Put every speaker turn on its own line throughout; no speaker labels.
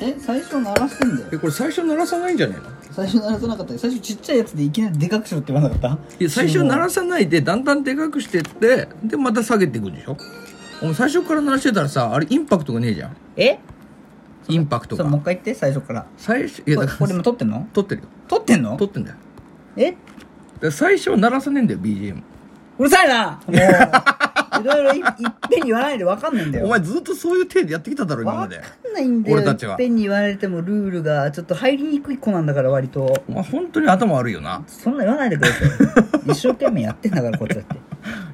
え最初鳴らしてんだ
え
よ
これ最初鳴らさないんじゃないの
最初鳴らさなかった最初ちっちゃいやつでいきなりでかくしろって言わなかった
いや最初鳴ら
す
さないでだんだんでかくしてってでまた下げていくんでしょお前最初から鳴らしてたらさあれインパクトがねえじゃん
え
インパクト
それもう
が
一回言って最初から
最初いやだ
こ
か
れ
ら
も撮ってんの
撮ってるよ
撮ってんの
撮ってんだよ
え
だから最初は鳴らさねえんだよ BGM
うるさいなもういろいろいいっぺんに言わないでわかんないんだよ
お前ずっとそういう体でやってきただろ今ま
わか
で
んないんだよ
俺たちはい
っぺんに言われてもルールがちょっと入りにくい子なんだから割と
お前本当に頭悪いよな
そんな言わないでくれって一生懸命やってんだからこっちだって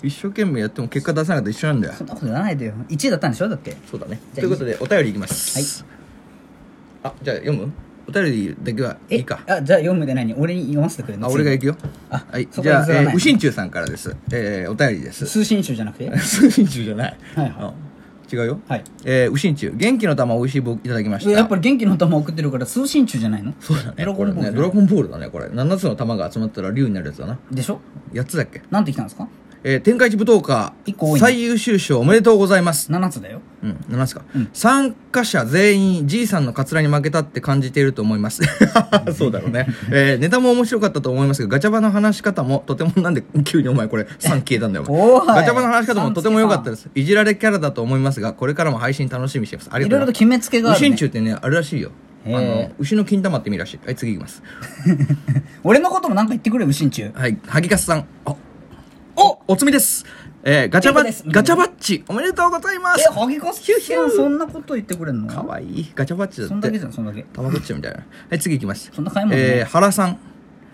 一生懸命やっても結果出さなかったら一緒なんだよ
そんなこと言わないでよ1位だったんでしょだって
そうだね
じ
と
ゃあ
いうことでお便りいきますはいあじゃあ読むお便りだけはいいか
あじゃあ読むで何俺に読ませてくれるの
あ俺が
次
行くよ
あ
はい
そこ
じゃあ
譲らない
えー右心中さんからですえーお便りです
通信集じゃなくて
右心中じゃない、
はいは
うん違うよ、
はい
えー右心中元気の玉美味しい棒いただきました
やっぱり元気の玉送ってるから通信中じゃないの
そうだね
ドラ
こ
ゴ
れ
ンボー
ね
ル
ドラゴンボールだねこれ7つの玉が集まったら竜になるやつだな
でしょ
8つだっけ
なんて来たんですか
えー天下一武闘家
一個多いね
最優秀賞おめでとうございます
7つだよ
うん7つか、
うん
参加者全員じいさんのカツラに負けたって感じていると思います そうだろうね、えーネタも面白かったと思いますがガチャバの話し方もとてもなんで急にお前これ3消えたんだよお前
おい
ガチャバの話し方もとても良かったですいじられキャラだと思いますがこれからも配信楽しみにしてますあり
い
がと
ろ
う
いろ
ござ
と
います
決めつけがあ
牛
る、
心
ね
中、ってねあれらしいよあ
へー
の牛の金玉って意味らしいはい次いきます
俺のこともなんか言ってくれ右心中
はい萩勝さんあ
お
おつみですえーガチャバ
ピンクです
ガチャバッチおめでとうございま
え
す
ハゲコス
ヒューヒュー
そんなこと言ってくれんの
かわいいガチャバッチだって
そんだけじゃんそんだけ
たまごっちみたいな。はい、次行きます。
そんな買い物ね
えー、原さん、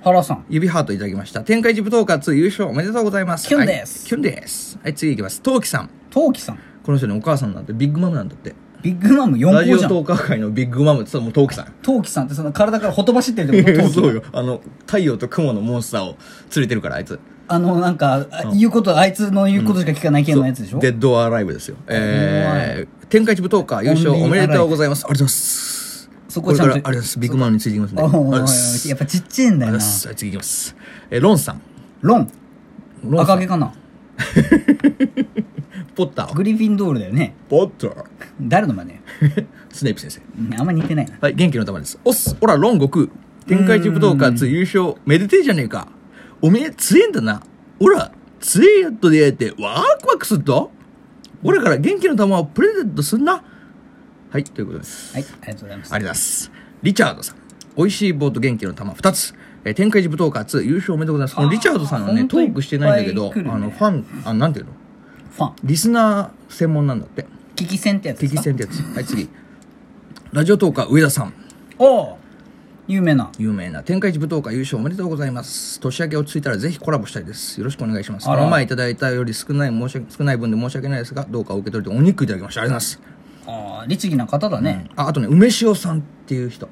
原さん
指ハートいただきました。天下一武闘家2優勝おめでとうございます。
キュンです
はいキュンです。はい、次行きます。トウキさん。
陶器さん
この人ね、お母さんなんて、ビッグマムなんだって。
ビッグマム
ラ
4
ジ
個
オ
じゃん
トーカー界のビッグマムって言ったらもうトウキさん。
陶器さんってその体からほとばしってるってこと陶器
そうよ。あの、太陽と雲のモンスターを連れてるから、あいつ。
あのなんかあ言うことあいつの言うことしか聞かない系のやつでしょ
デッドアライブですよ。えー、天下一武闘家優勝おめでとうございます。ありがとうございます。
そこは
これ
ちゃ
か
ん
ら、
と
ありがとうございます。ビッグマムについていきますね。
おい
ありがとう
おい
ご
お
ざ
い
います。
やっぱちっちゃいんだ
あ
よ
りがとうございま
な
すはい、次行きます。えー、ロンさん。
ロン
ロンさ
赤
ん
毛かな
ポッター。
グリフィンドールだよね
ポッター。
誰の真似
スネープ先生。
うんあんま似てないな
はい、元気の玉です。おっす、おら、ロン悟空。天下一武道家2優勝、めでてえじゃねえか。おめえ、強えんだな。おら、強えやっと出会えて、ワクワクすっと。おらから元気の玉をプレゼントすんな。はい、ということです。
はいありがとうございます
ありがとうございます。リチャードさん。美味しい棒と元気の玉2つ。えー天下一武道家2優勝おめでとうございます。このリチャードさんは
あ
ね、
ー
トークしてないんだけど、
本当いっぱい来
あ
るね
の、ファン、あ、なんていうの
ファン
リスナー専門なんだって。
危機戦ってやつで
敵
すか
戦ってやつ。はい、次。ラジオトーカー上田さん。
おう有名な
有名な天下一武闘家優勝おめでとうございます年明け落ち着いたらぜひコラボしたいですよろしくお願いします
あ
こ
ら
の前いただいたより少ない申し訳少ない分で申し訳ないですがどうかお受け取りでお肉いただきましたありがとうございま
ああ律儀な方だね
すああとね梅塩さんっていう人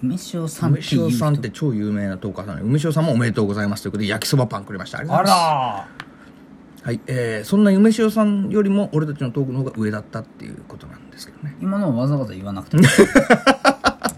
梅塩さんっ
梅
ていう
塩
人
さんって超有名なトーカーさんで梅塩さんもおめでとうございますということで焼きそばパンくれましたありがと
あ
うございます
ら
はいえー、そんな梅塩さんよりも俺たちのトークの方が上だったっていうことなんですけどね
今のはわざわざ言わな くても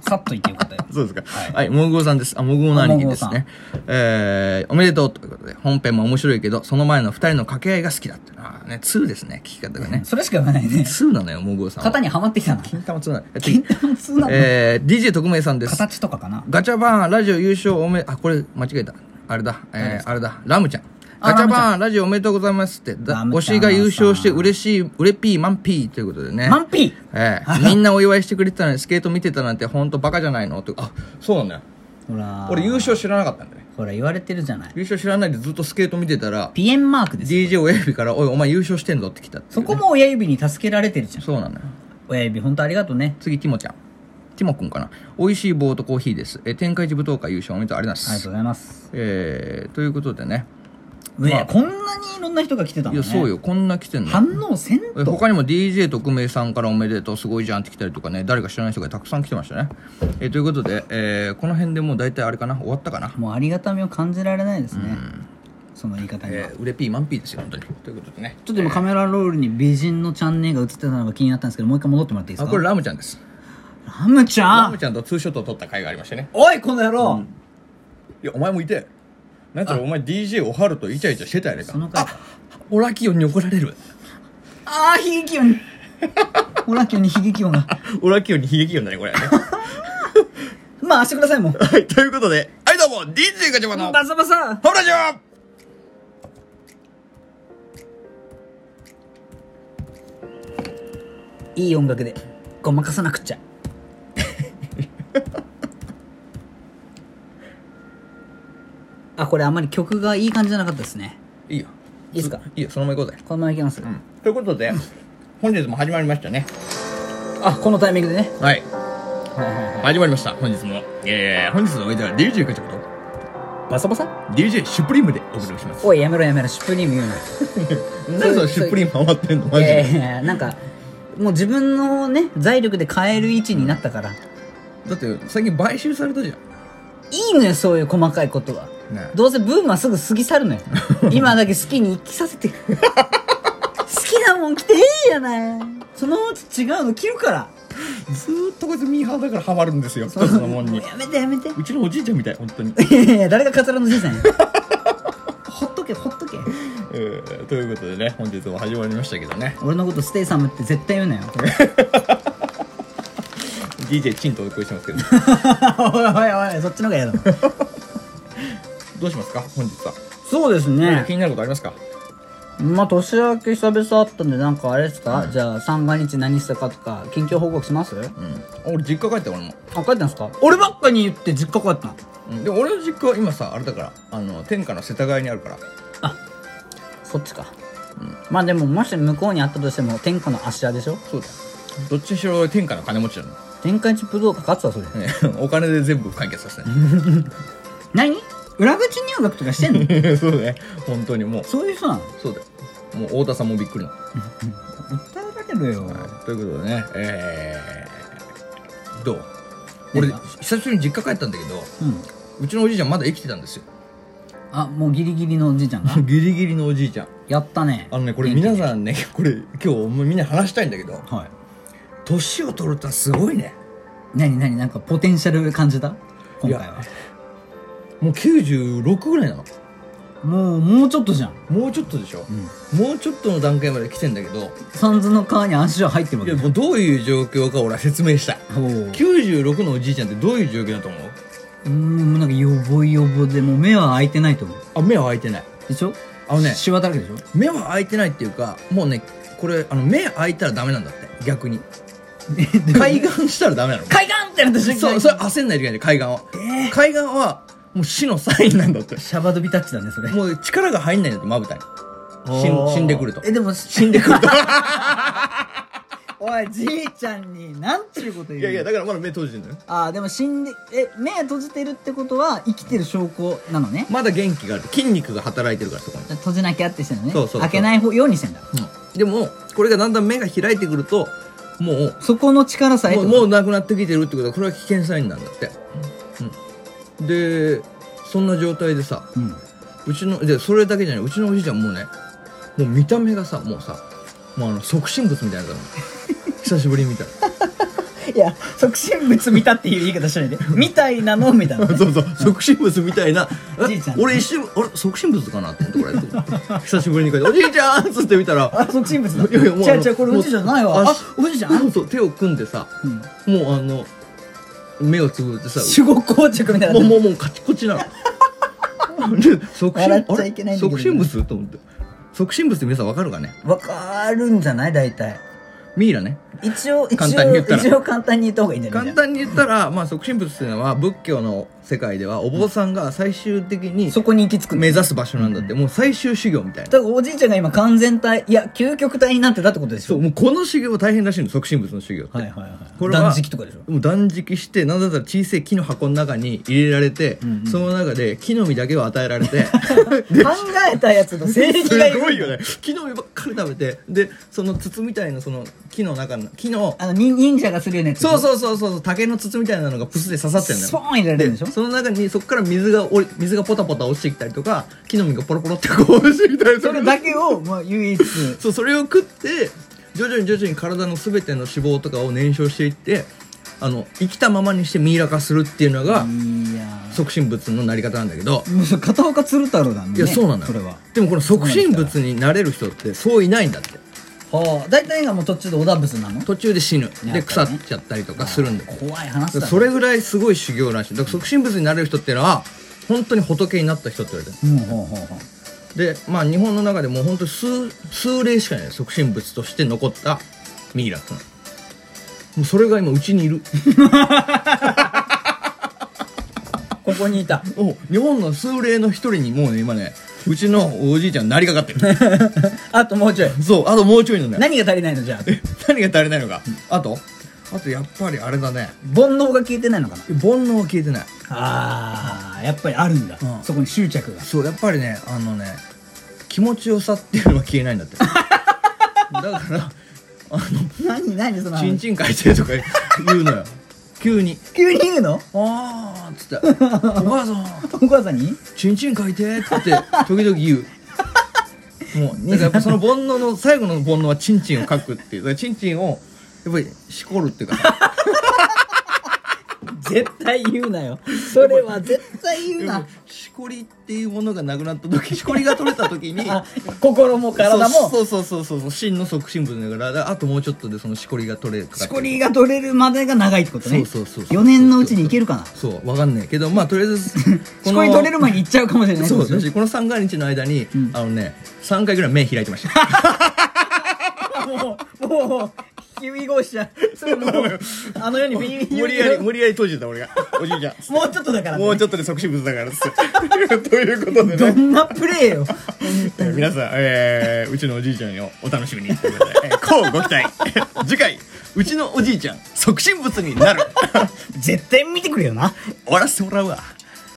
さっと言ってよかったよ
そうですか。
はい
はい、もぐおさんです。あ、もぐおの兄貴です
もぐお
ね。えー、おめでとうということで、本編も面白いけど、その前の二人の掛け合いが好きだってな。ね、2ですね、聞き方がね。
それしか言わないね
2なのよ、もぐおさんは。
型にはまってきた な
金玉2なの。
金玉通なの
えー、DJ 特命さんです。
形とかかな
ガチャバーン、ラジオ優勝おめ、あ、これ間違えた。あれだ、えー、あれだ、ラムちゃん。
あ
ガチャ
ラム
バーン、ラジオおめでとうございますって、だ
ラム
推
ちゃん
しが優勝して嬉しい、うれぴー、マンピーということでね。
マンピー
ええみんなお祝いしてくれてたのにスケート見てたなんてほんとバカじゃないのとあそうなんだよ
ほら
俺優勝知らなかったんだね
ほら言われてるじゃない
優勝知らないでずっとスケート見てたら
ピエンマークですよ
DJ 親指から「おいお前優勝してんぞ」って来たってい
そうこも親指に助けられてるじゃん
そうなのよ
親指本当ありがとうね
次ティモちゃんティモくんかな美味しい棒とコーヒーですえ天下一武闘家優勝おめでとうありがと
あ
うござい
り
ま
がと
す
うございます
えー、ということでね
ね、
まあ
こんなにいろんな人が来てたの
い
ね
やそうよこんな来てんの
反応せん
え
と
他にも DJ 特命さんからおめでとうすごいじゃんって来たりとかね誰か知らない人がたくさん来てましたねえということで、えーこの辺でもう大体あれかな終わったかな
もうありがたみを感じられないですねその言い方には、
えー、ウレピーマンピーですよ本当にということでね
ちょっと今カメラロールに美人のチャンネルが映ってたのが気になったんですけどもう一回戻ってもらっていいで
あ
す
こ
か
れラムちゃんです
ラムちゃ
ラ
ん
ムちゃんとツーショットを撮った回がありましてね
おいこの野郎、
いやお前もいてなんたらお前 DJ おはるとイチャイチャしてたやね
その回
オラキオンに怒られる
ああひいきよんオラキオに悲劇音 が。
オラキオに悲劇音だね、 これはね。
まあ、してくださいもん。
はい、ということで、はい、どうも、DJ ガチャバの、
バサバサ
ホラジオ
いい音楽で、ごまかさなくっちゃ。 あ、これあんまり曲がいい感じじゃなかったですね。
いいよ。
いいっすか
いいよ、そのまま行こうぜ。
このままいきます。
うん。ということで、本日も始まりましたね。
あ、このタイミングでね。
はい。
はいはいはい。
始まりました、本日も。えー、本日のお相手は DJ ガチャバと、
バサバサ
DJ シュプリームでお送りします。
おい、やめろやめろ、シュプリーム言うな。
何そのシュプリームハマってんのマ
い
ジ
や
で
い。やいやなんかもう自分のね財力で買える位置になったから、
だって最近買収されたじゃん
いいのよそういう細かいことは、
ね
どうせブームはすぐ過ぎ去る のよ今だけ好きに生きさせて好きなもん着てええやないそのうち違うの着るから
ずーっとこいつミーハーだからハマるんですよ一つのもんに
やめてやめ て
うちのおじいちゃんみたい本 当に、
いやいや誰がカツラのじいさんや ほっとけほっとけ
えーということでね本日も始まりましたけどね
俺のことステイサムって絶対言う なよ
DJ チンとお送りしてますけど
おいおいおいそっちの方が嫌だもん
どうしますか本日は
そうですね
気になることありますか
まあ年明け久々あったんでなんかあれですか、じゃあ三が日何したかとか近況報告します、あ
うん俺実家帰った俺も、
帰ったんですか俺ばっかに言って実家帰ったの
うん、でも俺の実家は今さあれだからあの天下の世田谷にあるから
そっちか、まあでももし向こうにあったとしても天下の芦屋でしょ
そうだよどっちにしろ俺天下の金持ちなの、
天下一武道家勝つわそれ
ね お金で全部解決させた
何裏口入学とかしてんの
ねそうね本当にもう
そういう人なの
そうだよもう太田さんもびっくりなの
訴えられるよ
はいということでね、えー、どう俺、
何が
久しぶりに実家帰ったんだけど、
うん
うちのおじいちゃんまだ生きてたんですよ。
あもうギリギリのおじいちゃんが
ギリギリのおじいちゃん。
やったね
あのね、これ
元気
皆さんね、これ今日みんな話したいんだけど、
はい
年を取るとはすごいね。
何何なんかポテンシャル感じた今回は
もう96ぐらいなの。
もうもうちょっとじゃん
もうちょっとでしょ、もうちょっとの段階まで来てんだけど、
サンズの川に足は入ってるわ
い
け
や
だ
もうどういう状況か俺は説明したい。
おー
96のおじいちゃんってどういう状況だと思う
うーんもうなんかよぼいよぼでもう目は開いてないと思う
あ、目は開いてない。
でしょ
あのね
シワだらけでしょ
目は開いてないっていうかもうねこれあの目開いたらダメなんだって逆に 海岸したらダ メなの
海岸ってなった瞬間
そうそれ焦んないといけない海岸は、海岸はもう死のサインなんだって
シャバドビタッチだねそれ
もう力が入んないんだってまぶたに死ん
おー
死んでくると
えでも
死んでくると
おいじいちゃんになんちゅうこと言う
い
い
やいやだからまだ目閉じてるのよ
ああでも死んでえ目閉じてるってことは生きてる証拠なのね
まだ元気がある筋肉が働いてるからそこに、
閉じなきゃってしてるのね
そうそうそう
開けない方ようにしてんだ
でもこれがだんだん目が開いてくるともう
そこの力さえ
もう
ってこ
もうなくなってきてるってことはこれは危険サインなんだって、うん、でそんな状態でさ
とうん
うちのでそれだけじゃないうちのおじいちゃんもうねもう見た目がさもうさもうあの即身仏みたいなの 久しぶりに見たら
いや即身仏見たっていう言い方しないでみたいなのみたいなね
そうそう即身仏みたいな
じいちゃん
え俺一瞬あれ即身仏かなって思ってこれ 久しぶりに書いて「おじいちゃん!」っつって見たら
あ即身仏だ
いやいやもう
違う違うこれ
もう
おじいちゃんじゃないわ
あ
あおじいちゃん
そうそう手を組んでさ、もうあの目をつぶっ てさ
守護硬直みたいな
もうもうもうカチコチな ので即身
笑っちゃいけないんだけど
あれ即身仏と思って即身仏って皆さんわかるかね
わかるんじゃない大体
ミイラね
一応一
簡単に
応
言ったら
一応簡単に言った方がいいんじゃない
簡単に言ったら、まあ、即身仏っていうのは仏教の世界ではお坊さんが最終的に
そこに行き着く
目
だか
指す場所なんだって、もう最終修行みたいな。
らおじいちゃんが今完全体いや究極体になってたってことでし
そ
ょ
う、もうこの修行は大変らしいの、即身仏の修行って。
はいはいはい
これは
断食とかでしょ
もう断食して、なんだったら小さい木の箱の中に入れられて、その中で木の実だけを与えら れて、
考えたやつの正義
す
がいる
ごいよね。木の実ばっかり食べて、で、その筒みたいな、その木の中の、木の、
あの忍忍者がするよね
そう
う
そうそうそう、竹の筒みたいなのがプスで刺さってるのよ
ス。ポーン入れられるんでしょ
その中にそこから水がおり水がポタポタ落ちてきたりとか木の実がポロポロってこう落ちてきたり
そ
と
れ
か
だけをまあ唯 一
そうそれを食って徐々に徐々に体の全ての脂肪とかを燃焼していってあの生きたままにしてミイラ化するっていうのが
いや
即身仏のなり方なんだけど、
ーもうそれ片岡鶴太郎だね
いやそうなのよ
それは
でもこの即身仏になれる人ってそういないんだって
ほう大体がもう途中でおだぶすなの
途中で死ぬ
ね
で腐っちゃったりとかするんだよ
怖い話だね
それぐらいすごい修行らしいだから即身仏になれる人っていうのは本当に仏になった人って言われて
うんほうほうほう
るでまあ日本の中でもう本当に数数例しかいない即身仏として残ったミイラってのはもうそれが今うちにいる
ここにいた
お日本の数例の一人にもうね今ねうちのおじいちゃんなりかかってる
あともうちょい
そうあともうちょいなんだよ
何が足りないのじゃあ
え何が足りないのか、あとあとやっぱりあれだね
煩悩が消えてないのかな
煩悩は消えてない
ああやっぱりあるんだ、
うん
そこに執着が
そうやっぱりねあのね気持ちよさっていうのは消えないんだってだからあ
何何その
のチンチン書いてとか言うのよ急に
急に言うの
「あー」っつって「お母さん
お母さんに
チンチン書いて」って 時々言うもうだからやっぱその煩悩の最後の煩悩はチンチンを書くっていうだからチンチンをやっぱりしこるっていうか
絶対言うなよそれは絶対言うな
しこりっていうものがなくなった時しこりが取れた時 に
あ心も体も
そうそうそうそうそう真の促進部だからだからあともうちょっとでそのしこりが取れるかかっ
してこりが取れるまでが長いってことね
そうそうそうそう
4年のうちにいけるかなし
そうわかんないけどまあとりあえず
こり取れる前に行っちゃうかもしれない
そう
ってこと
私この三が日の間に、あのね3回ぐらい目開いてまし た
もう、もう、引き越しちゃう。それもう、あの世にビリビリ
無理やり無理やり閉じてた俺がおじいちゃん
もうちょっとだから、ね。
もうちょっとで促進物だからっつって ということで
ど
ね
んなプレーよ。
えー皆さん、えーうちのおじいちゃんをお楽しみにということで、えー、こうご 期待次回うちのおじいちゃん促進物になる
絶対見てくれよな。
終わらせてもらうわ